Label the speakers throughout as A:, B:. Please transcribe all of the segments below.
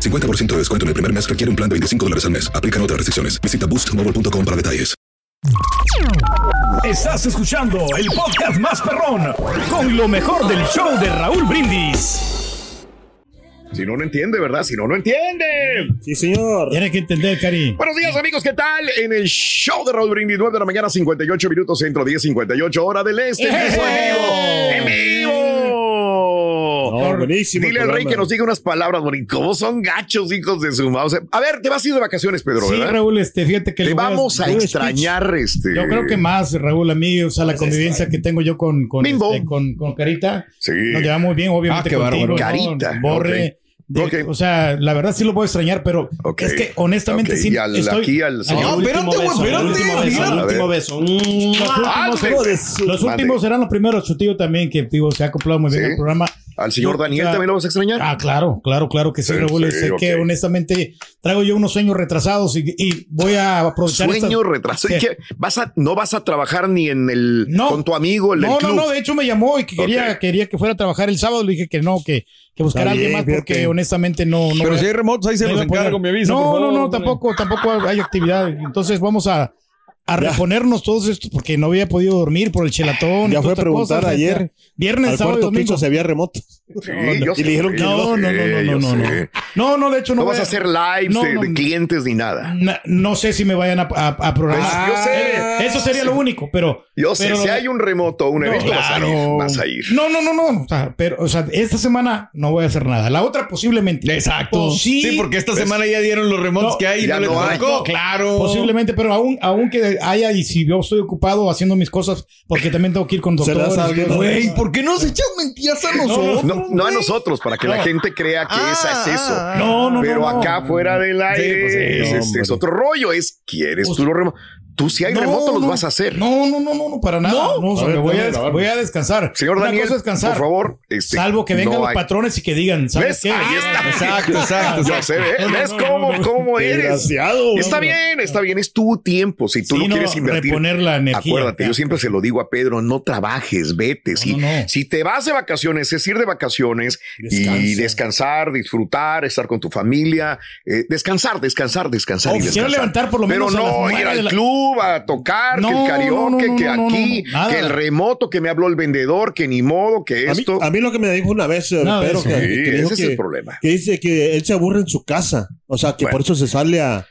A: 50% de descuento en el primer mes requiere un plan de 25 dólares al mes. Aplican otras restricciones. Visita boostmobile.com para detalles.
B: Estás escuchando el podcast más perrón con lo mejor del show de Raúl Brindis.
C: Si no, no entiende, ¿verdad? Si no, no entiende.
D: Sí, señor.
E: Tiene que entender, Cari.
C: Buenos días, amigos. ¿Qué tal? En el show de Raúl Brindis, 9 de la mañana, 58 minutos, centro 10, 58, hora del este. ¡Eh! ¡En vivo! ¡En vivo!
D: Oh, buenísimo.
C: Dile al rey que nos diga unas palabras, bonitas. ¿Cómo son gachos, hijos de su o sea, a ver, te vas a ir de vacaciones, Pedro.
E: Sí,
C: ¿verdad?
E: Raúl, este, fíjate que
C: te vamos a, a extrañar, este.
E: Yo creo que más, Raúl, a mí, o sea, la convivencia que tengo yo con, con, este, con, con Carita.
C: Sí.
E: Nos llevamos bien, obviamente.
C: Ah,
E: contigo, ¿no?
C: Carita.
E: Borre. Okay. De, okay. O sea, la verdad sí lo voy a extrañar, pero
C: Okay.
E: es que honestamente
C: Ok,
E: sí.
C: y al-
E: estoy,
C: aquí al señor-
E: último
D: espérate, güey,
E: beso, al
D: espérate,
E: último beso, al
D: mira.
E: último beso.
C: Ah,
E: Mm, los últimos-
C: hijo de
E: Los
C: Mande.
E: últimos serán los primeros, su tío también, que digo, se ha acoplado muy bien
C: Sí.
E: al programa.
C: Al señor
E: Yo,
C: Daniel
E: o sea,
C: también lo vas a extrañar.
E: Ah, claro, claro, claro que sí,
C: Sí,
E: Raúl.
C: sí,
E: sé
C: ok.
E: que honestamente traigo yo unos sueños retrasados y, y voy a aprovechar. esta-
C: Sueño retraso. ¿Y
E: Sí.
C: qué? ¿Vas a, no vas a trabajar ni en el
E: No.
C: con tu amigo, el del
E: No, no,
C: club.
E: no, de hecho me llamó y que quería,
C: Ok.
E: quería que fuera a trabajar el sábado. Le dije que no, que, que buscara a alguien
D: bien,
E: más
D: fíjate.
E: porque honestamente no. no
F: Pero
E: voy a-
F: si hay remotos, ahí se
E: no
F: los
E: iba a poder.
F: encargo, me avisa.
E: No,
F: por favor,
E: no, no,
F: hombre.
E: tampoco, tampoco hay actividad. Entonces vamos a, a reponernos todos estos porque no había podido dormir por el chelatón. y
D: Ya fue
E: toda
D: a
E: esta
D: preguntar
E: cosa.
D: ayer
E: Viernes,
D: Al
E: sábado y
D: cuarto
E: domingo.
D: piso se había remoto.
C: Sí, yo
D: Y le dijeron que
C: yo
E: No, no, no,
C: sé,
E: no,
C: yo
E: no, no,
C: sé.
E: no. No, no, de hecho no,
C: No
E: voy
C: vas a hacer lives
E: No,
C: de,
E: no,
C: de
E: no.
C: clientes ni nada.
E: Na- no sé si me vayan a, a- a programar.
C: Pues, yo sé.
E: Eh, Eso sería lo único, pero.
C: Yo sé,
E: pero-
C: si hay un remoto, un
E: No,
C: evento, vas a ir.
E: claro.
C: Vas a ir.
E: No, no, no, no. O sea, pero, o sea, esta semana no voy a hacer nada. La otra posiblemente.
F: Exacto.
E: Pues sí.
F: porque esta semana ya dieron los remotes
E: No,
F: que hay y
C: ya
F: no, les
C: no hay.
F: tocó. Claro.
E: Posiblemente, pero aún, aún que haya, y si yo estoy ocupado haciendo mis cosas, porque también tengo que ir con doctores.
D: das alguien,
E: cosas.
F: Güey, ¿por qué no se echan mentiras a nosotros?
C: No, no a nosotros, para que la
E: No.
C: gente crea que
F: Ah,
C: esa es eso.
F: ah,
E: No, no, no,
C: Pero
E: no.
C: acá fuera del aire
F: pues, sí,
C: es, es-
F: hombre.
C: es otro rollo. Es, ¿quieres
E: Pues-
C: tú los remotos? Tú si hay
E: No,
C: remoto los
E: no.
C: vas a hacer.
E: No, no, no, no, no, para nada. No, o sea,
D: A ver,
E: me voy, a,
D: dame la barba.
E: voy a descansar.
C: Señor
E: Una
C: Daniel,
E: cosa es descansar.
C: por favor. este,
E: Salvo que vengan
C: no
E: los
C: hay-
E: patrones y que digan,
C: ¿Ves?
E: ¿sabes qué?
C: Ahí está.
F: Exacto, exacto.
C: Yo sé, ¿eh?
E: No, no,
C: ¿Ves
E: no,
C: cómo,
E: no, no.
C: cómo eres?
D: Desgraciado. güey.
C: Está bien, está bien, es tu tiempo. Si tú
E: Sí,
C: lo
E: no,
C: quieres invertir,
E: reponer la energía.
C: acuérdate, yo
E: Ya.
C: siempre se lo digo a Pedro, no trabajes, vete. si,
E: no, no.
C: si te vas de vacaciones, es ir de vacaciones y
E: Descansa.
C: descansar, disfrutar, estar con tu familia, eh, descansar, descansar, descansar.
E: O
C: y
E: quiero
C: descansar.
E: levantar por lo menos a
C: Pero
E: las
C: no
E: nueve
C: ir
E: de
C: al
E: la-
C: club a tocar, que
E: No,
C: el
E: no,
C: karaoke,
E: no, no,
C: que
E: no, no,
C: aquí,
E: no, nada.
C: que el remoto, que me habló el vendedor, que ni modo, que
D: A mí,
C: esto.
D: a mí lo que me dijo una vez, eh,
E: Nada de
D: Pedro,
E: eso.
D: que,
C: Sí,
D: que dijo
C: ese es
D: que-
C: el problema.
D: que dice que él se aburre en su casa. O sea, que
C: Bueno.
D: por eso se sale a.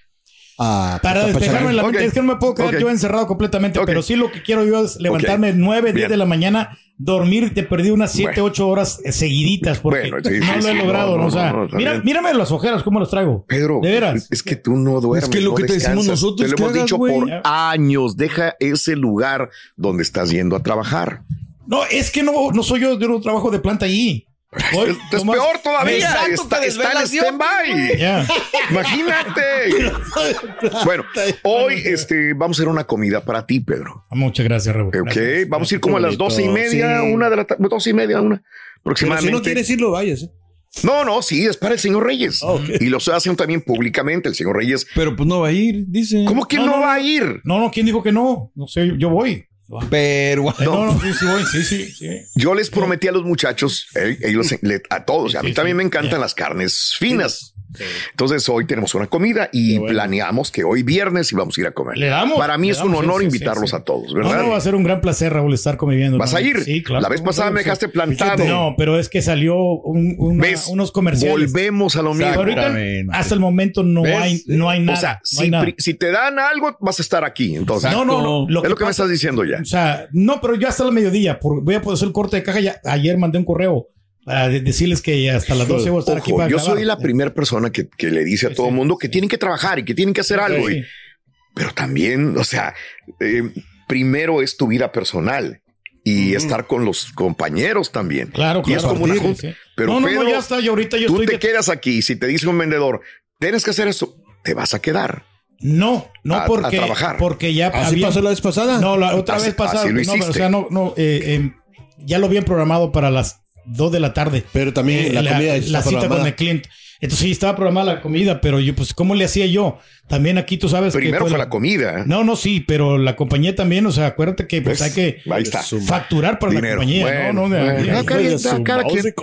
D: a
E: Para
D: a
E: despejarme la mente,
C: Ok.
E: es que no me puedo quedar
C: Ok.
E: yo encerrado completamente,
C: Ok.
E: pero sí lo que quiero yo es levantarme nueve, 9, 10
C: Bien.
E: de la mañana, dormir, te perdí unas 7,
C: Bueno.
E: 8 horas eh, seguiditas porque
C: Bueno, sí,
E: no
C: sí,
E: lo he
C: sí,
E: logrado,
C: no,
E: ¿no?
C: no,
E: o sea,
C: no, está
E: mira-
C: bien.
E: mírame las ojeras, cómo las traigo.
C: Pedro,
E: de veras.
C: es que tú no duermes.
F: Es que lo
C: no
F: que te decimos
C: descansas.
F: nosotros,
C: Te
F: ¿qué
C: lo hemos
F: hagas,
C: dicho
F: güey?
C: por años. Deja ese lugar donde estás yendo a trabajar.
E: No, es que no, no soy yo, yo no trabajo de planta ahí. Voy
C: Es, es
E: nomás-
C: peor todavía.
F: Exacto,
C: está
F: te
C: está en
F: desvelas,
C: stand-by.
E: Ya.
C: Imagínate. bueno, hoy este, vamos a hacer una comida para ti, Pedro.
E: Ah, Muchas gracias, Raúl.
C: Ok,
E: Gracias.
C: vamos a ir como a las
D: bonito.
C: doce y media,
D: Sí.
C: una de la tarde, doce y media, una
D: Pero si
C: aproximadamente.
D: no quieres ir, lo vayas. ¿eh?
C: no, no, sí, es para el señor Reyes.
D: Ah, ok.
C: Y lo hacen también públicamente, el señor Reyes.
F: Pero pues no va a ir, dice.
C: ¿Cómo que no,
E: No, no,
C: va a ir?
E: No, no, ¿quién dijo que no? No sé, yo voy.
F: Pero
E: Eh, No, no, sí, sí voy, sí, sí, sí.
C: Yo les prometí a los muchachos, eh, ellos, le- a todos, a mí
E: Sí,
C: también
E: sí.
C: me encantan
E: Ya.
C: las carnes finas. Entonces hoy tenemos una comida y planeamos que hoy viernes íbamos a ir a comer.
E: Le damos,
C: Para mí
E: le
C: es un
E: damos, sí, sí,
C: honor
E: sí,
C: invitarlos
E: sí.
C: a
E: No,
C: todos, ¿verdad?
E: no, va a ser un gran placer, Raúl, estar con mi viendo.
C: ¿Vas a
E: hermano.
C: ir?
E: Sí, claro.
C: La vez pasada me dejaste plantado.
E: No, pero es que salió un- una-
C: ¿Ves?
E: unos comerciales.
C: Volvemos a lo mismo.
E: Ahorita,
F: Exactamente.
E: hasta el momento no
F: ¿Ves?
E: hay, no hay nada.
C: o sea,
E: no hay
C: si,
E: nada.
C: pri- si te dan algo, vas a estar aquí. Entonces,
E: No, no, no.
C: es lo que me
E: pasa-
C: estás diciendo ya.
E: O sea, no, pero yo hasta el mediodía, por- voy a poder hacer el corte de caja. Ya, ayer mandé un correo a de- decirles que hasta las 12 voy a estar aquí
C: Ojo,
E: para
C: yo
E: grabar.
C: soy la primera persona que, que le dice a todo el mundo que tienen que trabajar y que tienen que hacer algo.
E: Sí.
C: y- pero también, o sea, eh, primero es tu vida personal y estar con los compañeros también.
E: Claro,
C: Y es
E: claro.
C: como una
E: Sí,
C: junta.
E: sí.
C: Pero
E: no, no,
C: Pedro,
E: no, ya está. Yo ahorita yo
C: tú
E: estoy.
C: te
E: de-
C: quedas aquí. Si te dice un vendedor, tienes que hacer eso, te vas a quedar.
E: No, no
C: a- a
E: porque,
C: trabajar.
E: porque ya
D: Así
E: había-
D: pasó la vez pasada.
E: No, la otra
C: Así-
E: vez pasada.
C: así lo
E: no, pero, o
C: hiciste.
E: sea, no, no, eh, eh, ya lo habían programado para las 2 de la tarde.
D: Pero también
E: Eh,
D: la, comida
E: la cita con el cliente. Entonces sí estaba programada la comida, pero yo, pues, ¿cómo le hacía yo? También aquí tú sabes que
C: Primero
E: pues,
C: fue la comida. ¿eh?
E: No, no, sí, pero la compañía también, o sea, acuérdate que pues,
C: ¿Ves?
E: hay que
C: Ahí está.
E: facturar para
C: Dinero.
E: la compañía.
C: Bueno,
E: no, no,
C: bueno.
E: no,
C: Ah, cara,
D: cliente.
C: cara, ¿quién?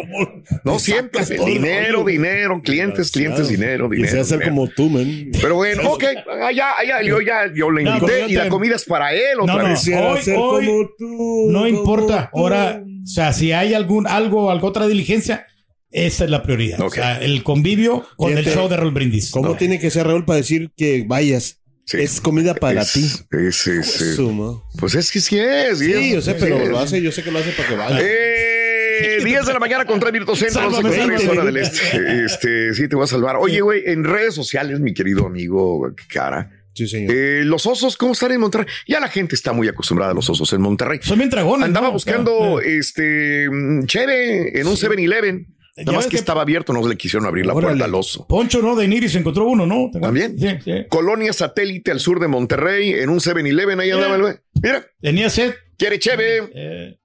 C: No
D: Te
C: siempre.
D: sacas todo el
C: Dinero,
D: rollo, güey.
C: dinero, clientes, clientes, dinero, dinero.
D: Y se hacer
C: dinero.
D: como tú, men.
C: Pero bueno, ok, allá, allá, yo ya yo le
E: No,
C: invité y
E: fíjate.
C: la comida es para él otra
E: No, no.
C: vez.
D: Quisiera
E: Hoy-
D: ser
E: hoy
D: como tú.
E: no
D: como
E: importa.
D: tú.
E: Ahora, o sea, si hay algún algo, alguna otra diligencia, esa es la prioridad.
C: Ok.
E: O sea, el convivio con
D: Fíjate.
E: el show de Roll Brindis.
D: ¿Cómo
E: No.
D: tiene que ser Raúl para decir que vayas?
C: Sí.
D: Es comida para
C: Es-
D: ti.
C: es- es- es-
D: Eso, ¿no?
C: Pues es que sí es. y es-
D: Sí, yo sé, pero
C: sí
D: lo
C: es.
D: hace, yo sé que lo hace para que vayas.
C: Eh, 10 de la mañana con 3 minutos centro,
E: Sálvame,
C: 11 con
E: sálvame.
C: tres, hora del este. Este, sí, te voy a salvar. Oye, güey, en redes sociales, mi querido amigo Cara,
D: Sí, señor.
C: eh, los osos, ¿cómo están en Monterrey? Ya la gente está muy acostumbrada a los osos en Monterrey.
E: Son bien dragones.
C: Andaba
E: ¿no?
C: buscando
E: O sea,
C: este mm, cheve en un 7-Eleven.
E: Ya
C: Nada más
E: ves
C: que
E: que-
C: estaba abierto, no le quisieron abrir la
D: Órale.
C: puerta al oso.
E: Poncho, ¿no? De Niri se encontró uno, ¿no? ¿Te acuerdas?
C: También.
E: Sí, sí.
C: Colonia Satélite al sur de Monterrey, en un 7-Eleven, ahí andaba el güey. Mira,
E: Tenía sed.
C: quiere cheve,
E: eh,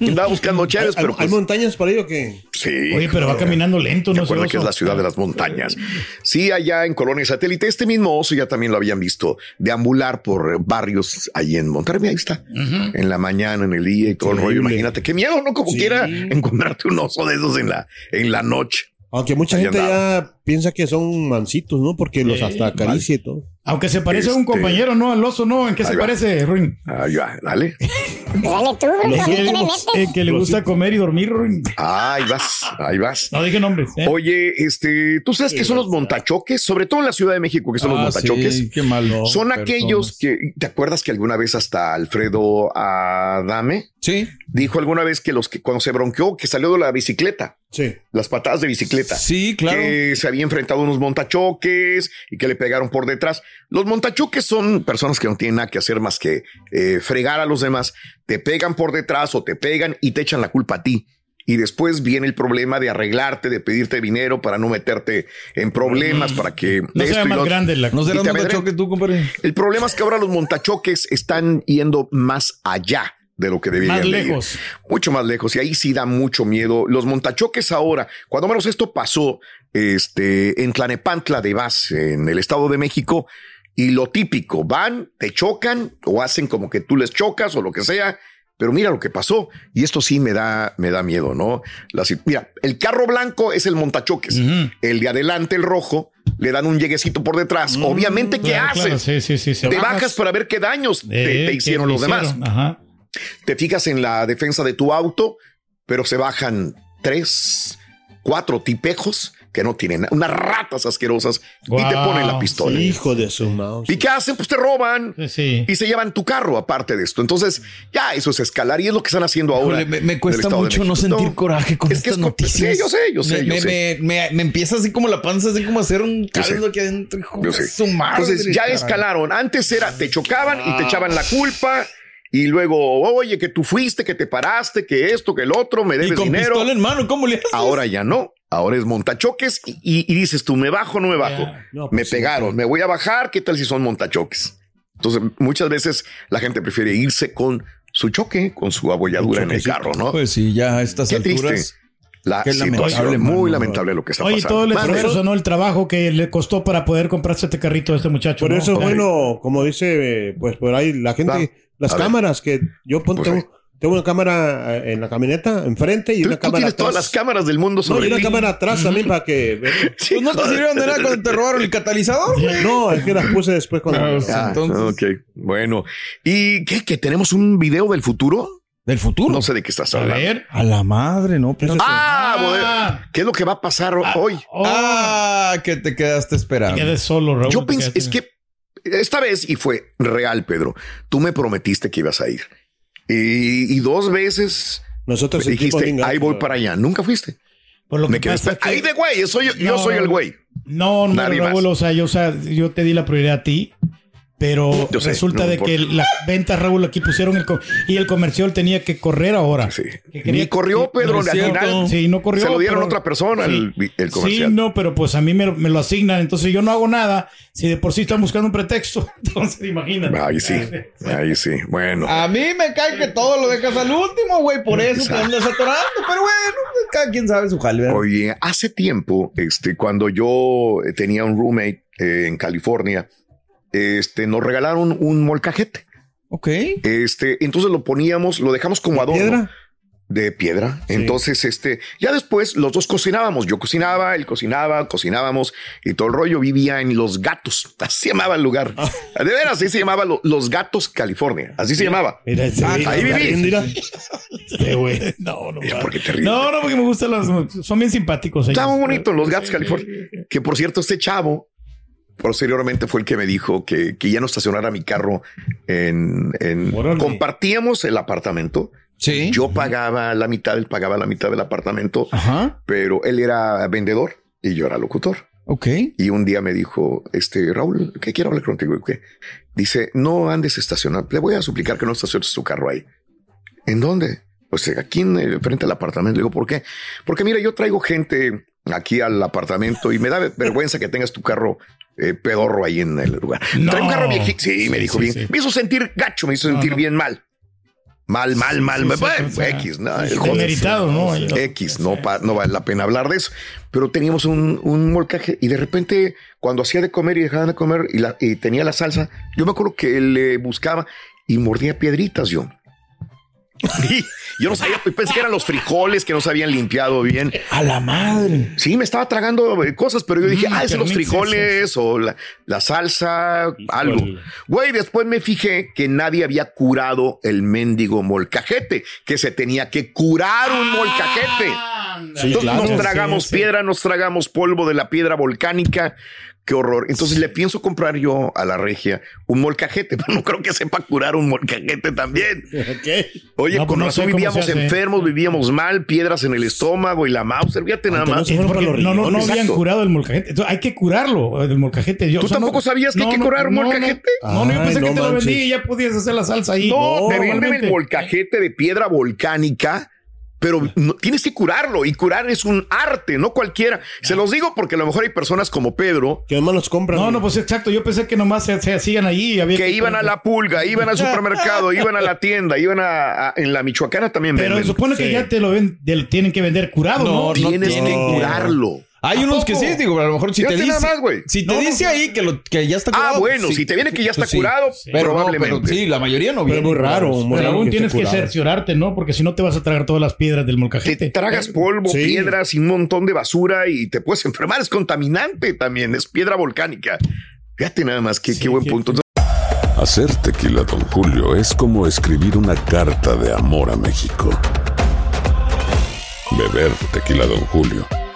C: andaba buscando cheves,
D: ¿Hay,
C: pero
D: hay
C: pues,
D: montañas para ello que
C: sí.
E: oye, pero va caminando lento, ¿no?
C: Recuerda
E: Ese
C: que es
E: oso.
C: la ciudad de las montañas. Sí, allá en Colonia Satélite, este mismo oso ya también lo habían visto deambular por eh, barrios ahí en Monterrey. Mira, Ahí está, en la mañana, en el día y todo el rollo.
D: Horrible.
C: Imagínate qué miedo, ¿no? Como
D: Sí.
C: quiera encontrarte un oso de esos en la, en la noche.
D: aunque mucha
C: Ahí
D: gente
C: andaba.
D: ya piensa que son mansitos, ¿no? Porque los
E: Sí,
D: hasta acaricia y todo.
E: Aunque se parece a un
C: Este-
E: compañero, ¿no? Al oso, ¿no? ¿En qué
C: Ahí
E: se
C: va.
E: parece, Ruin?
C: Ah, ya, dale.
D: Los
E: Que,
D: últimos-
E: eh, que le gusta comer y dormir, Ruin.
C: Ahí vas, ahí vas.
E: No dije nombres. ¿eh?
C: Oye, este, ¿tú sabes qué son los montachoques? Sobre todo en la Ciudad de México, que son los
F: Ah,
C: montachoques.
F: sí, qué mal.
C: Son
F: personas.
C: aquellos que, ¿te acuerdas que alguna vez hasta Alfredo Adame
F: Sí,
C: dijo alguna vez que los que cuando se bronqueó, que salió de la bicicleta,
D: Sí.
C: las patadas de bicicleta?
F: sí, claro.
C: Que se había enfrentado a unos montachoques y que le pegaron por detrás. Los montachoques son personas que no tienen nada que hacer más que eh, fregar a los demás. Te pegan por detrás o te pegan y te echan la culpa a ti. Y después viene el problema de arreglarte, de pedirte dinero para no meterte en problemas, para que
E: No
C: esto
E: sea
C: y
E: más
C: lo-
E: grande la
F: ¿No
C: y
F: será
C: te
F: un choque tú, compadre?
C: el problema es que ahora los montachoques están yendo más allá de lo que deberían
E: Más
C: de ir.
E: lejos.
C: mucho más lejos y ahí sí da mucho miedo los montachoques ahora cuando menos esto pasó este en Tlanepantla de Vaz en el Estado de México y lo típico van te chocan o hacen como que tú les chocas o lo que sea pero mira lo que pasó y esto sí me da me da miedo no La si- mira el carro blanco es el montachoques
E: Ujú.
C: el de adelante el rojo le dan un lleguecito por detrás obviamente qué
E: Mm, Claro,
C: haces
E: claro, sí, sí, sí, se
C: te bajas para ver qué daños te,
E: Eh,
C: te
E: ¿qué
C: hicieron los demás.
E: hicieron? Ajá.
C: Te fijas en la defensa de tu auto, pero se bajan tres, cuatro tipejos que no tienen na- unas ratas asquerosas y te
E: Guau,
C: ponen la pistola.
D: Hijo de su mouse.
C: ¿Y qué hacen? Pues te roban
E: Sí, sí.
C: y se llevan tu carro aparte de esto. Entonces, ya eso es escalar y es lo que están haciendo ahora.
F: Híjole, me,
C: en
F: me
C: el
F: cuesta
C: Estado de
F: mucho no
C: México.
F: sentir coraje con
C: es que
F: estas
C: es com-
F: noticias.
C: sí, yo sé, yo sé,
F: Me,
C: yo
F: me-
C: sé.
F: Me, me- me empieza así como la panza, así como hacer un
C: Yo sé.
F: caldo aquí adentro. hijo
C: Yo
F: de
C: sé.
F: su madre,
C: Entonces ya
F: caray. Ah.
C: escalaron. Antes era, te chocaban y te echaban la culpa. Y luego, oye, que tú fuiste, que te paraste, que esto, que el otro, me
F: Y
C: debes
F: con
C: dinero.
F: pistola en mano, ¿cómo le haces?
C: Ahora ya no. Ahora es montachoques y, y- y dices tú, ¿me bajo o no me bajo?
E: Ya.
D: No,
C: me
D: pues sí,
C: pegaron, me voy a bajar. ¿Qué tal si son montachoques? Entonces, muchas veces la gente prefiere irse con su choque, con su abolladura en el carro, ¿no?
F: Pues sí, ya a estas
C: Qué triste.
F: alturas.
C: la
F: qué
C: situación
F: lamentable,
C: muy
F: mano.
C: lamentable lo que está
E: Oye,
C: pasando.
E: todo el
C: Madre,
E: esfuerzo, ¿no? El trabajo que le costó para poder comprarse este carrito a este muchacho.
D: Por
E: ¿no?
D: eso es
C: Ok.
D: bueno, como dice, eh, pues por ahí la gente,
C: Va.
D: las
C: A ver.
D: cámaras que yo ponte
C: Pues,
D: un- Tengo una cámara eh, en la camioneta, enfrente, y
C: Tú,
D: una
C: tú
D: cámara
C: tienes todas las
D: atrás.
C: cámaras del mundo
D: No, y
C: sobre
D: una
C: ti.
D: cámara atrás también para que.
C: Sí,
F: Pues no te
C: joder.
F: sirvieron de nada cuando te robaron el catalizador.
D: No, es que las puse después cuando.
C: Ah,
F: Entonces-
C: ok. Bueno, ¿y qué? ¿Que tenemos un video del futuro?
F: Del futuro.
C: No sé de qué estás
E: A
C: hablando.
E: ver.
F: A la madre, no. pero-
C: Ah, bueno, ¿qué es lo que va a pasar hoy?
E: Oh,
F: Ah, que te quedaste
E: te
F: esperando.
E: quedes solo, Raúl.
C: Yo
E: te
C: pensé,
E: quedaste-
C: es que esta vez, y fue real, Pedro, tú me prometiste que ibas a ir. Y, y dos veces me
D: Nosotros el tipo
C: dijiste,
D: bien gacho,
C: ahí voy
D: ¿no?
C: para allá. Nunca fuiste.
E: Por lo
C: Me
E: que
C: quedé
E: pasa
C: esper-
E: es que-
C: Ahí de güey, soy yo, yo
E: No,
C: soy
E: no,
C: el
E: no.
C: güey.
E: No, no,
C: Nadie
E: Raúl,
C: más.
E: o sea, yo, o sea, yo te di la prioridad a ti, pero
C: Yo sé,
E: resulta
C: no me
E: de que
C: importa.
E: las ventas, Raúl, aquí pusieron el... co- y el comercial tenía que correr ahora.
C: Sí.
E: Que quería-
C: Ni corrió, Pedro,
E: No
C: al
E: es cierto.
C: final.
E: Sí, no corrió.
C: Se lo dieron a
E: pero-
C: otra persona el,
E: Sí.
C: el comercial.
E: Sí, no, pero pues a mí me, me lo asignan, entonces yo no hago nada. Si de por sí están buscando un pretexto, entonces imagínate.
C: Ahí sí, ahí sí. Bueno,
F: A mí me cae que todo lo dejas al último, güey. Por eso te andas atorando. Pero bueno, pues, cada quien sabe su jale. ¿verdad?
C: oye, hace tiempo, este, cuando yo tenía un roommate eh, en California, este, nos regalaron un molcajete.
F: Ok.
C: Este, entonces lo poníamos, lo dejamos como adorno.
D: ¿Piedra?
C: de piedra. Entonces, este, ya después los dos cocinábamos. Yo cocinaba, él cocinaba, cocinábamos y todo el rollo vivía en Los Gatos. Así se llamaba el lugar.
D: Ah.
C: De veras, así se llamaba Lo- Los Gatos, California. Así se llamaba.
D: Mira, ese-
F: Ah,
C: ahí viví.
D: ¿Alguien dirá?
E: Sí, güey. No, no.
C: Mira, ¿Por qué te ríes?
E: No, no, porque me gustan los. Son bien simpáticos. ellos.
C: Está muy bonito Los Gatos, California. Que por cierto, este chavo posteriormente fue el que me dijo que, que ya no estacionara mi carro en, en-
E: Órale.
C: compartíamos el apartamento.
F: Sí.
C: Yo pagaba la mitad, él pagaba la mitad del apartamento,
F: Ajá.
C: pero él era vendedor y yo era locutor.
F: Ok.
C: Y un día me dijo, este Raúl, que quiero hablar contigo. ¿Y ¿Qué? Dice, no andes estacionado. Le voy a suplicar que no estaciones tu carro ahí. ¿En dónde? Pues eh, aquí en el- frente al apartamento. Le digo, ¿por qué? Porque mira, yo traigo gente aquí al apartamento y me da vergüenza que tengas tu carro eh, pedorro ahí en el lugar.
E: No.
C: Traigo un carro viejito. Sí, me
E: Sí,
C: dijo
E: sí,
C: bien.
E: sí.
C: Me hizo sentir gacho, me hizo
E: No,
C: sentir
E: no.
C: bien mal. Mal, mal, mal.
E: Sí, sí,
C: Bueno,
E: o sea,
C: X, no,
E: es
C: joder.
E: demeritado, ¿no?
C: X, no, pa- no vale la pena hablar de eso. Pero teníamos un, un molcaje y de repente cuando hacía de comer y dejaban de comer y, la- y tenía la salsa, yo me acuerdo que le buscaba y mordía piedritas yo. Y yo no sabía, pues, pensé que eran los frijoles que no se habían limpiado bien.
E: A la madre.
C: Sí, me estaba tragando eh, cosas, pero yo dije,
E: Mm,
C: ah, es de los
E: carnitas,
C: frijoles o la, la salsa, algo. Güey, después me fijé que nadie había curado el mendigo molcajete, que se tenía que curar un molcajete.
E: Ah. Sí,
C: Entonces
E: claro.
C: nos tragamos
E: Sí, sí.
C: piedra, nos tragamos polvo de la piedra volcánica. Qué horror. Entonces le pienso comprar yo a la regia un molcajete, pero no creo que sepa curar un molcajete también. Oye,
E: No, pues
C: con
E: no
C: razón
E: sé cómo
C: vivíamos
E: se hace.
C: enfermos, vivíamos mal, piedras en el estómago y la Mauser. Fíjate nada
D: Aunque
C: más.
D: no se
E: Es
D: fueron
E: porque
D: para los
E: no, no, no
D: riñones.
E: habían
C: Exacto.
E: curado el molcajete. Entonces, hay que curarlo, el molcajete. Yo,
C: ¿Tú
E: o sea, no-
C: tampoco sabías que hay
E: no,
C: que
E: no,
C: curar un
E: no,
C: molcajete?
E: No, no, yo
D: Ay,
E: pensé
D: no
E: que te lo
D: manches.
E: vendí y ya podías hacer la salsa ahí.
C: No, te venden el
E: normalmente.
C: molcajete de piedra volcánica, pero no- tienes que curarlo y curar es un arte, no cualquiera. Se los digo porque a lo mejor hay personas como Pedro
D: Que además los compran.
E: No, no, pues exacto. Yo pensé que nomás se, se hacían ahí. y había
C: que iban a la pulga, iban al supermercado, iban a la tienda, iban a, a- en la Michoacana también
E: Pero se
C: venden.
E: supone que
D: Sí.
E: ya te lo, ven, te lo tienen que vender curado, ¿no?
F: No, no.
C: Tienes que
F: tienen que-
C: curarlo.
F: Hay
E: ¿A
F: unos que
E: poco?
F: sí, digo, a lo mejor si te
C: Fíjate
F: dice.
C: nada más, güey.
F: Si te
E: No, no,
F: dice
E: no.
F: ahí que, lo, que ya está curado.
C: Ah, bueno,
F: sí.
C: si te viene que ya está
F: Pues sí.
C: curado,
F: Pero no,
C: probablemente.
F: pero sí, la mayoría no
D: Pero
F: viene.
D: es muy raro,
E: Pero
D: muy raro
E: aún
D: que esté
E: tienes que
D: curado.
E: cerciorarte, ¿no? Porque si no te vas a tragar todas las piedras del
C: te
E: molcajete. Eh,
C: tragas polvo,
D: Sí.
C: piedras y un montón de basura y te puedes enfermar. Es contaminante también, es piedra volcánica. Fíjate nada más, qué, qué buen punto.
G: Hacer tequila, Don Julio, es como escribir una carta de amor a México. Beber tequila, Don Julio,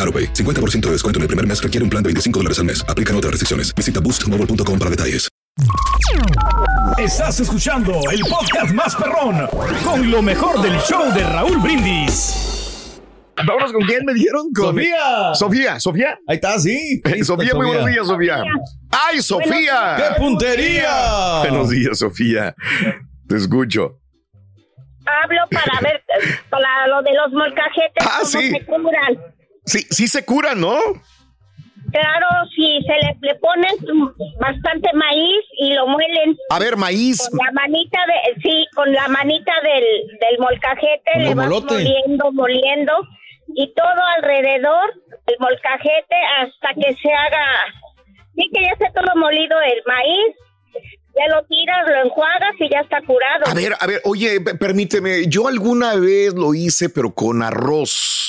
A: AroPay. 50% de descuento en el primer mes requiere un plan de 25 dólares al mes. Aplican otras restricciones. Visita boostmobile.com para detalles.
B: Estás escuchando el podcast más perrón con lo mejor del show de Raúl Brindis.
C: Vámonos con quién me dijeron. Con-
F: Sofía.
C: Sofía, Sofía.
F: Ahí está, sí.
C: Eh, Sofía, muy buenos días, Sofía. ¡Ay,
F: ¡Qué
C: Sofía!
F: puntería!
C: Buenos días, Sofía. Te escucho.
H: Hablo para ver, eh, para lo de los molcajetes,
C: Ah,
H: cómo
C: sí.
H: se curan.
C: Sí, sí se cura, ¿no?
H: Claro, si se le, le ponen bastante maíz y lo muelen
C: A ver, maíz.
H: con la manita de, sí, con la manita del, del molcajete,
F: Con
H: le vas
F: guajolote.
H: moliendo, moliendo, y todo alrededor del molcajete hasta que se haga, sí que ya está todo molido el maíz, ya lo tiras, lo enjuagas y ya está curado.
C: A ver, a ver, oye, p- permíteme, yo alguna vez lo hice, pero con arroz.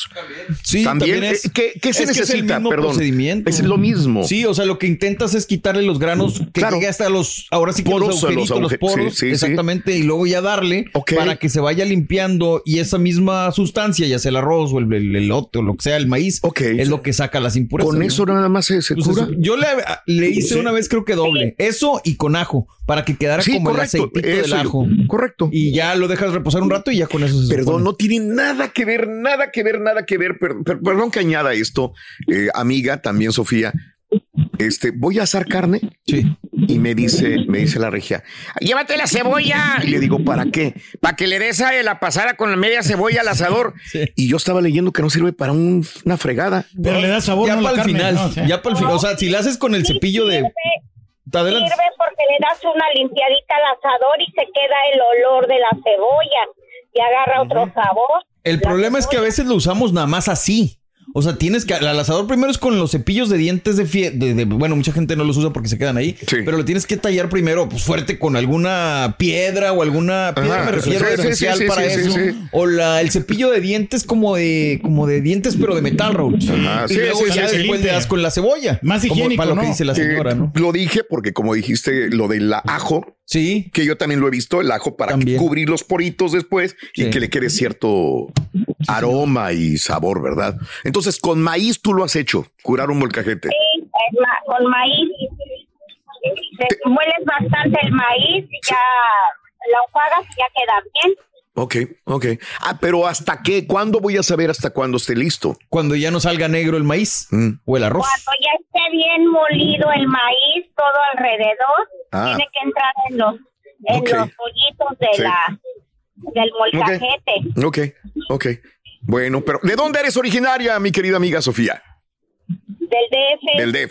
F: Sí,
C: También,
F: también es.
C: eh, ¿qué- qué se
F: es que es el
C: necesita?
F: mismo
C: Perdón.
F: procedimiento.
C: Es lo mismo. Mm,
F: Sí, o sea, lo que intentas es quitarle los granos que
C: Claro.
F: llegue hasta los. Ahora sí que
C: Poros a los
F: los agujeritos, los,
C: agujer-
F: poros.
C: sí, sí, sí.
F: exactamente. Y luego ya darle
C: Ok.
F: para que se vaya limpiando y esa misma sustancia, ya sea el arroz o el, el elote o lo que sea, el maíz,
C: Ok.
F: es lo que saca las impurezas.
C: Con
F: ¿no?
C: eso nada más se, se
F: Pues
C: cura.
F: eso- yo le, le hice una vez, creo que doble. Eso y con ajo, para que quedara
C: Sí,
F: como el
C: correcto.
F: aceitito del
C: eso,
F: ajo.
C: Correcto.
F: Y ya lo dejas reposar un rato y ya con eso se
C: Perdón,
F: supone.
C: no tiene nada que ver, nada que ver, nada que ver. Per- per- perdón que añada esto, eh, amiga, también Sofía. Este, voy a asar carne
F: Sí.
C: y me dice, me dice la regia, llévate la cebolla. Y le digo, ¿para qué? Para que le des a la pasada con la media cebolla al asador.
F: Sí.
C: Y yo estaba leyendo que no sirve para un- una fregada.
I: Pero le da sabor
F: ya
I: no, a la
F: para el
I: carne.
F: final.
I: ¿no? O sea,
F: Ya para el final. O sea, si la haces con el cepillo de.
H: Sirve-
F: Adelante.
H: Sirve porque le das una limpiadita al asador y se queda el olor de la cebolla y agarra otro sabor.
F: El problema es que a veces lo usamos nada más así. O sea, tienes que. Al asador primero es con los cepillos de dientes de, fie- de, de- Bueno, mucha gente no los usa porque se quedan ahí.
C: Sí.
F: Pero lo tienes que tallar primero, pues fuerte, con alguna piedra o alguna piedra,
C: Ajá.
F: me refiero,
C: Sí, sí,
F: especial
C: sí, sí,
F: para
C: sí,
F: eso.
C: sí, sí.
F: O la, el cepillo de dientes como de, como de dientes, pero de metal, Raúl.
C: Ajá.
F: Y
C: Sí,
F: luego
C: sí,
F: ya
I: sí, sí.
F: después le das con la cebolla.
I: Más
F: Como
I: higiénico,
F: Para lo que
I: ¿no?
F: dice la señora,
C: Eh,
F: ¿no?
C: Lo dije porque, como dijiste, lo del ajo,
F: Sí.
C: que yo también lo he visto, el ajo para
F: También.
C: cubrir los poritos después y
F: Sí.
C: que le quede cierto aroma y sabor, ¿verdad? Entonces, con maíz tú lo has hecho, curar un molcajete.
H: Sí, el ma- con maíz. Te mueles bastante el maíz y ya lo enjuagas y ya queda bien.
C: Ok, ok. Ah, pero ¿hasta qué? ¿Cuándo voy a saber hasta cuándo esté listo?
F: Cuando ya no salga negro el maíz
C: Mm.
F: o el arroz.
H: Cuando ya esté bien molido el maíz todo alrededor,
C: Ah.
H: tiene que entrar en los en
C: Ok.
H: los pollitos de
C: Sí.
H: la del molcajete.
C: Ok, ok. Bueno, pero ¿de dónde eres originaria, mi querida amiga Sofía?
H: Del DF.
C: Del E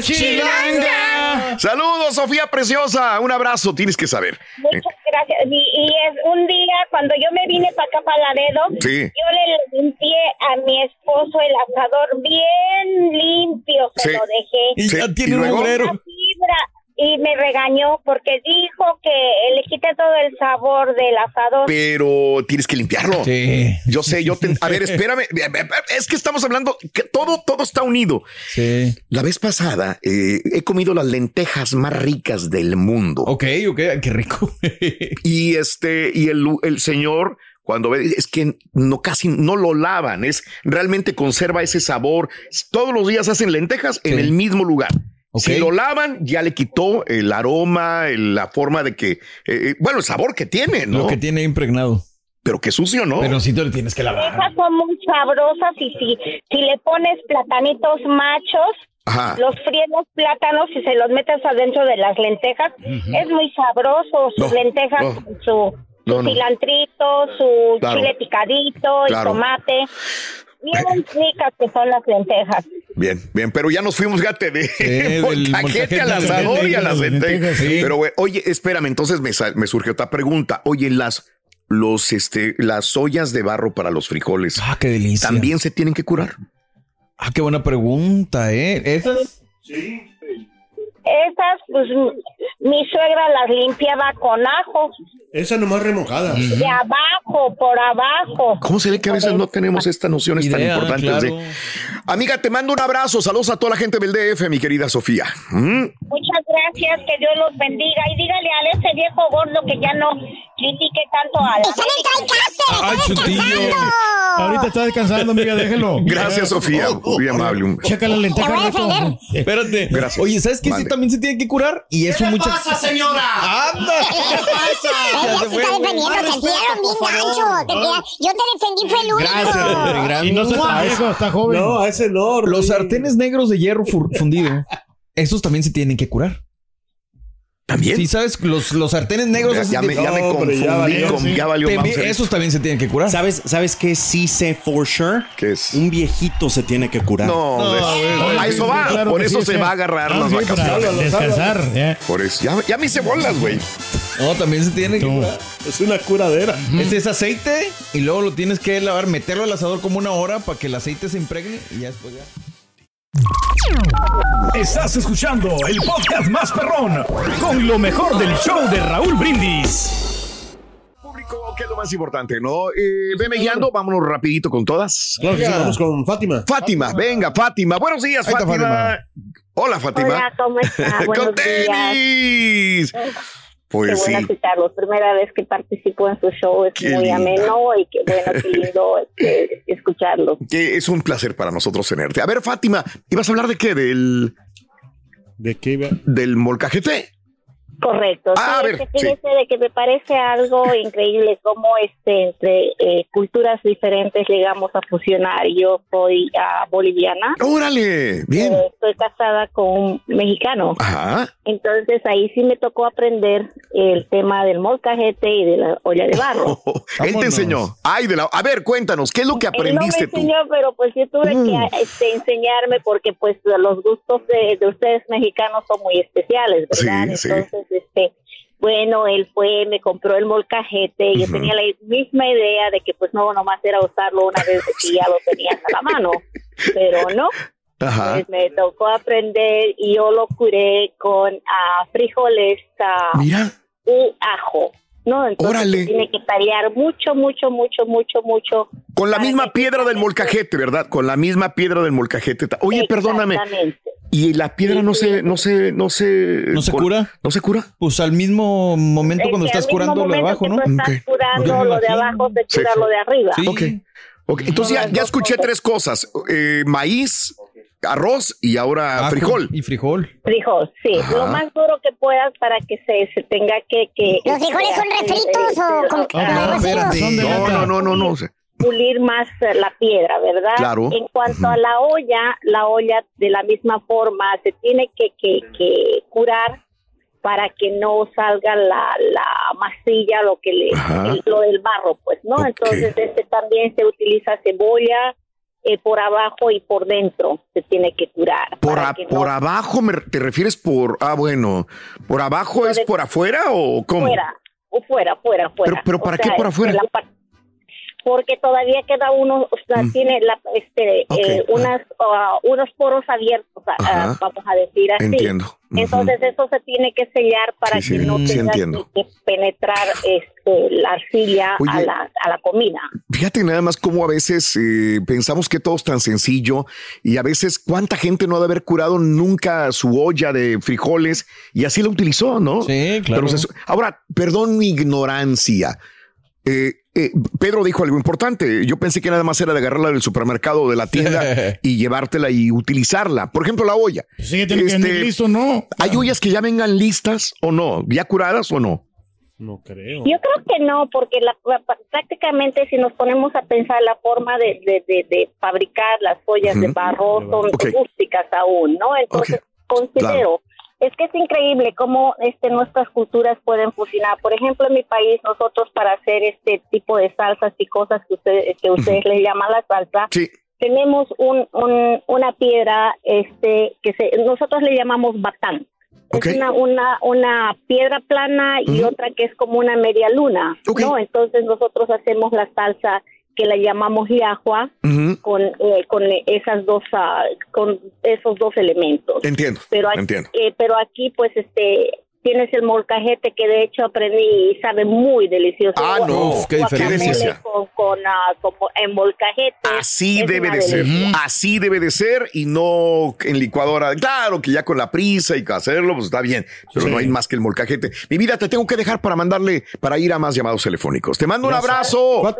C: DF. Saludos, Sofía preciosa. Un abrazo, tienes que saber.
H: Muchas
C: Eh.
H: gracias. Y, y es un día cuando yo me vine para acá para Laredo,
C: Sí.
H: yo le limpié a mi esposo el asador bien limpio, se
C: Sí.
H: lo dejé.
F: Y
C: Sí,
F: ya
C: ¿y
F: tiene un
C: luego?
F: obrero.
H: Una fibra y me regañó porque dijo que le quité todo el sabor del asador.
C: Pero tienes que limpiarlo.
F: Sí.
C: Yo sé, yo te... A ver, espérame. Es que estamos hablando que todo, todo está unido.
F: Sí.
C: La vez pasada eh, he comido las lentejas más ricas del mundo.
F: Ok, ok, qué rico.
C: Y este, y el, el señor, cuando ve, es que no casi no lo lavan, es realmente conserva ese sabor. Todos los días hacen lentejas en
F: Sí.
C: el mismo lugar.
F: Ok.
C: Si lo lavan, ya le quitó el aroma, el- la forma de que, eh, bueno, el sabor que tiene, ¿no?
F: Lo que tiene impregnado.
C: Pero que sucio, ¿no?
F: Pero sí te lo tienes que lavar.
H: Esas son muy sabrosas y si, si le pones platanitos machos,
C: Ajá.
H: los fríes los plátanos y se los metes adentro de las lentejas. Es muy sabroso sus
C: No,
H: lentejas,
C: no.
H: con su,
C: No,
H: su
C: no.
H: cilantrito, su
C: Claro.
H: chile picadito,
C: Claro. Eh.
H: el tomate. Bien ricas que son las lentejas.
C: Bien, bien, pero ya nos fuimos, fíjate, de
F: del
C: molcajete
F: molcajete
C: al
F: al
C: asador y a
I: lentejas,
C: las
I: las
C: lentejas.
I: lentejas, sí.
C: Pero, güey, oye, espérame, entonces me, sa- me surgió otra pregunta. Oye, las, los, este, las ollas de barro para los frijoles,
F: Ah, qué delicia.
C: ¿también se tienen que curar?
F: Ah, qué buena pregunta, ¿eh? Esas.
H: Esas, pues m- mi suegra las limpiaba con ajo,
J: Esa nomás remojada.
H: de abajo, por abajo.
C: ¿Cómo se ve que a veces no tenemos estas nociones tan
F: Idea,
C: importantes?
F: claro.
C: de- Amiga, te mando un abrazo. Saludos a toda la gente del DF, mi querida Sofía. ¿Mm?
H: Muchas gracias, este que Dios los bendiga y dígale a ese viejo gordo que ya no,
K: critique tanto a la...
H: Está en el TriCaster,
E: Ay,
H: está
E: chutillo.
H: descansando.
E: Ahorita está descansando, amiga, déjelo.
C: Gracias, Sofía. Muy amable. un-
E: Checa la lenteja.
H: Te voy a
E: Beto.
H: defender.
F: Espérate.
C: Gracias.
F: Oye, ¿sabes qué? Sí
C: Mande.
F: también se tiene que curar. Y eso mucho.
D: señora?
F: ¡Anda! se
H: Ella sí
F: fue.
H: está defendiendo,
D: Ah,
H: te
D: respeta,
H: tiraron bien
D: por
H: gancho.
D: favor.
H: te tiraron- Yo te defendí, fue el único.
E: Y no se está viejo, está joven.
D: No, a ese no.
F: Los
D: Rudy.
F: sartenes negros de hierro fur- fundido, esos también se tienen que curar.
C: ¿También?
F: Sí, sabes, los, los sartenes negros,
C: ya,
F: esos
C: ya
F: de-
C: me, ya me
D: No, hombre,
C: confundí
D: ya valió,
C: con...
E: sí.
C: Ya valió
F: también-
C: Mauser.
F: esos también se tienen que curar.
D: ¿Sabes, ¿Sabes qué sí sé for sure?
C: ¿Qué es?
D: Un viejito se tiene que curar.
C: No, de- a eso va.
E: Claro
C: Por
E: que
C: eso
E: sí,
C: se
E: sí.
C: va a agarrar
E: Ah,
C: las
E: sí, para
C: vacaciones.
E: Descansar. eh.
C: Por eso. Ya, ya me hice bolas, güey.
F: No, también se tiene que
E: Tú.
F: curar.
D: Es una curadera.
F: Este es aceite y luego lo tienes que lavar, meterlo al asador como una hora para que el aceite se impregne y ya después ya.
B: Estás escuchando el podcast más perrón con lo mejor del show de Raúl Brindis.
C: Público, ¿qué es lo más importante, no? Eh, veme guiando, vámonos rapidito con todas.
D: Claro que sí, pues vamos con Fátima.
C: Fátima, venga, Fátima. Buenos días,
F: Ahí está
C: Fátima.
F: Fátima.
C: Hola, Fátima.
K: Hola, ¿cómo está? Buenos
C: con
K: días.
C: tenis.
K: Qué
C: Pues sí.
K: bueno escucharlos. Primera vez que participo en su show. Es
C: Qué
K: muy
C: linda.
K: ameno y qué bueno, qué lindo este, escucharlos.
C: Que es un placer para nosotros tenerte. A ver, Fátima, ¿ibas a hablar de qué? ¿Del,
D: ¿De qué iba?
C: del molcajete?
K: Correcto.
C: Ah,
K: Sí,
C: a ver,
K: es que
C: sí.
K: fíjese de que me parece algo increíble cómo este entre eh, culturas diferentes llegamos a fusionar. Yo soy ah, boliviana.
C: Órale, bien. Ah.
K: eh, Estoy casada con un mexicano,
C: Ajá.
K: entonces ahí sí me tocó aprender el tema del molcajete y de la olla de barro.
C: Él te
F: Vámonos.
C: enseñó. Ay, de la... A ver, cuéntanos, ¿qué es lo que
K: Él no me
C: aprendiste tú?
K: enseñó, pero pues yo tuve
C: Mm.
K: que este, enseñarme porque pues los gustos de, de ustedes mexicanos son muy especiales, ¿verdad?
C: Sí, sí.
K: Entonces, este, bueno, él fue, me compró el molcajete, yo
C: Ujú.
K: tenía la misma idea de que pues no, nomás era usarlo una vez que ya lo tenías a la mano, pero no,
C: Ajá.
K: pues me tocó aprender y yo lo curé con ah, frijoles ah,
C: Mira.
K: y ajo. No, entonces
C: Órale.
K: tiene que tarear mucho, mucho, mucho, mucho, mucho.
C: Con la
K: Para
C: misma
K: que-
C: piedra del molcajete, ¿verdad? Con la misma piedra del molcajete. Ta- Oye, perdóname.
K: Exactamente.
C: Y la piedra no se, no se, no se,
F: ¿No se
C: con-
F: cura?
C: no se cura.
F: Pues al mismo momento cuando
K: Es que
F: estás
K: al mismo
F: curando lo de
K: momento
F: abajo,
K: que
F: ¿no?
K: Tú estás
C: Ok.
F: Yo
K: curando
F: me
K: lo de
F: imagino.
K: abajo, se
C: Sí,
K: cura
C: sí.
K: lo de arriba.
F: Sí.
C: Ok. Ok, Entonces ya, ya escuché tres cosas: Eh, maíz, arroz y ahora
F: Ajo
C: frijol.
F: Y frijol.
K: Frijol, sí,
C: Ajá.
K: lo más duro que puedas para que se, se tenga que, que...
H: ¿Los frijoles son
K: eh,
H: refritos
K: eh,
H: o con-
K: ah,
H: con algo así, o-
F: espérate.
E: Son de
C: No,
E: lata.
C: no, no, no, no.
K: pulir más eh, la piedra, ¿verdad?
C: Claro.
K: En cuanto a la olla, la olla de la misma forma se tiene que, que, que curar para que no salga la, la masilla, lo que le,
C: Ajá.
K: el- lo del barro, pues, ¿no?
C: Ok.
K: Entonces, este también se utiliza cebolla eh, por abajo y por dentro, se tiene que curar.
C: Por,
K: para
C: a-
K: que no
C: por abajo me- te refieres por, ah, bueno, por abajo es
K: de-
C: por afuera o cómo?
K: fuera, o fuera, fuera, fuera.
C: Pero- pero
K: O
C: ¿para qué por afuera?
K: en la par- porque todavía queda uno, o sea, tiene la, este,
C: Mm. Ok,
K: eh,
C: ah.
K: unas, ah, unos poros abiertos, ah,
C: Ajá.
K: ah, vamos a decir así.
C: Entiendo. Ujú.
K: Entonces eso se tiene que sellar para
C: Sí,
K: que
C: sí,
K: no
C: sí
K: tenga
C: entiendo.
K: que penetrar este, la arcilla a
C: Oye.
K: la, a la comida.
C: Fíjate nada más cómo a veces eh, pensamos que todo es tan sencillo y a veces cuánta gente no ha de haber curado nunca su olla de frijoles y así la utilizó, ¿no?
F: Sí, claro.
C: Pero se- ahora, perdón mi ignorancia. Eh, eh, Pedro dijo algo importante. Yo pensé que nada más era de agarrarla del supermercado o de la tienda y llevártela y utilizarla. Por ejemplo, la olla.
E: Pues sí, que tiene que
C: Este-
E: venir listo, ¿no?
C: ¿Hay ollas que ya vengan listas o no? ¿Ya curadas o no?
D: No creo.
K: Yo creo que no, porque la, la- prácticamente si nos ponemos a pensar la forma de, de, de- de fabricar las ollas de
C: Ujú.
K: barro son
C: Ok.
K: rústicas aún, ¿no? Entonces considero es que es increíble cómo este nuestras culturas pueden fusionar. Por ejemplo, en mi país nosotros para hacer este tipo de salsas y cosas que ustedes que ustedes les llaman la salsa
C: Sí.
K: tenemos un, un- una piedra este que se, nosotros le llamamos batán.
C: Ok.
K: Es una, una, una piedra plana y
C: Ujú.
K: otra que es como una media luna,
C: Ok.
K: ¿no? Entonces nosotros hacemos la salsa que la llamamos yahua
C: Ujú.
K: con, eh, con esas dos, ah, con esos dos elementos.
C: Entiendo.
K: Pero aquí,
C: Entiendo.
K: eh, pero aquí pues este tienes el molcajete que de hecho aprendí y sabe muy delicioso.
C: Ah, no,
K: Guacamole
C: qué diferencia.
K: Con, con, ah, como en molcajete.
C: Así
K: Es
C: debe
K: una
C: de ser,
K: delicia.
C: así debe de ser y no en licuadora. Claro que ya con la prisa y que hacerlo, pues está bien, pero no hay más que el molcajete. Mi vida, te tengo que dejar para mandarle, para ir a más llamados telefónicos. Te mando un abrazo.
L: Oh.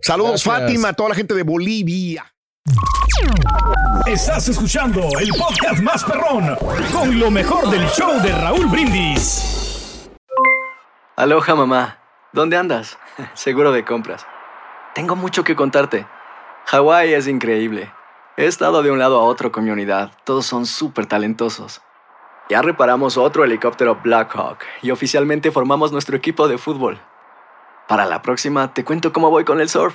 C: Saludos,
B: Gracias.
C: Fátima, a toda la gente de Bolivia.
B: Estás escuchando el podcast más perrón con lo mejor del show de Raúl Brindis.
M: Aloha mamá, ¿dónde andas? Seguro de compras. Tengo mucho que contarte. Hawái es increíble. He estado de un lado a otro con mi unidad. Todos son súper talentosos. Ya reparamos otro helicóptero Blackhawk y oficialmente formamos nuestro equipo de fútbol. Para la próxima te cuento cómo voy con el surf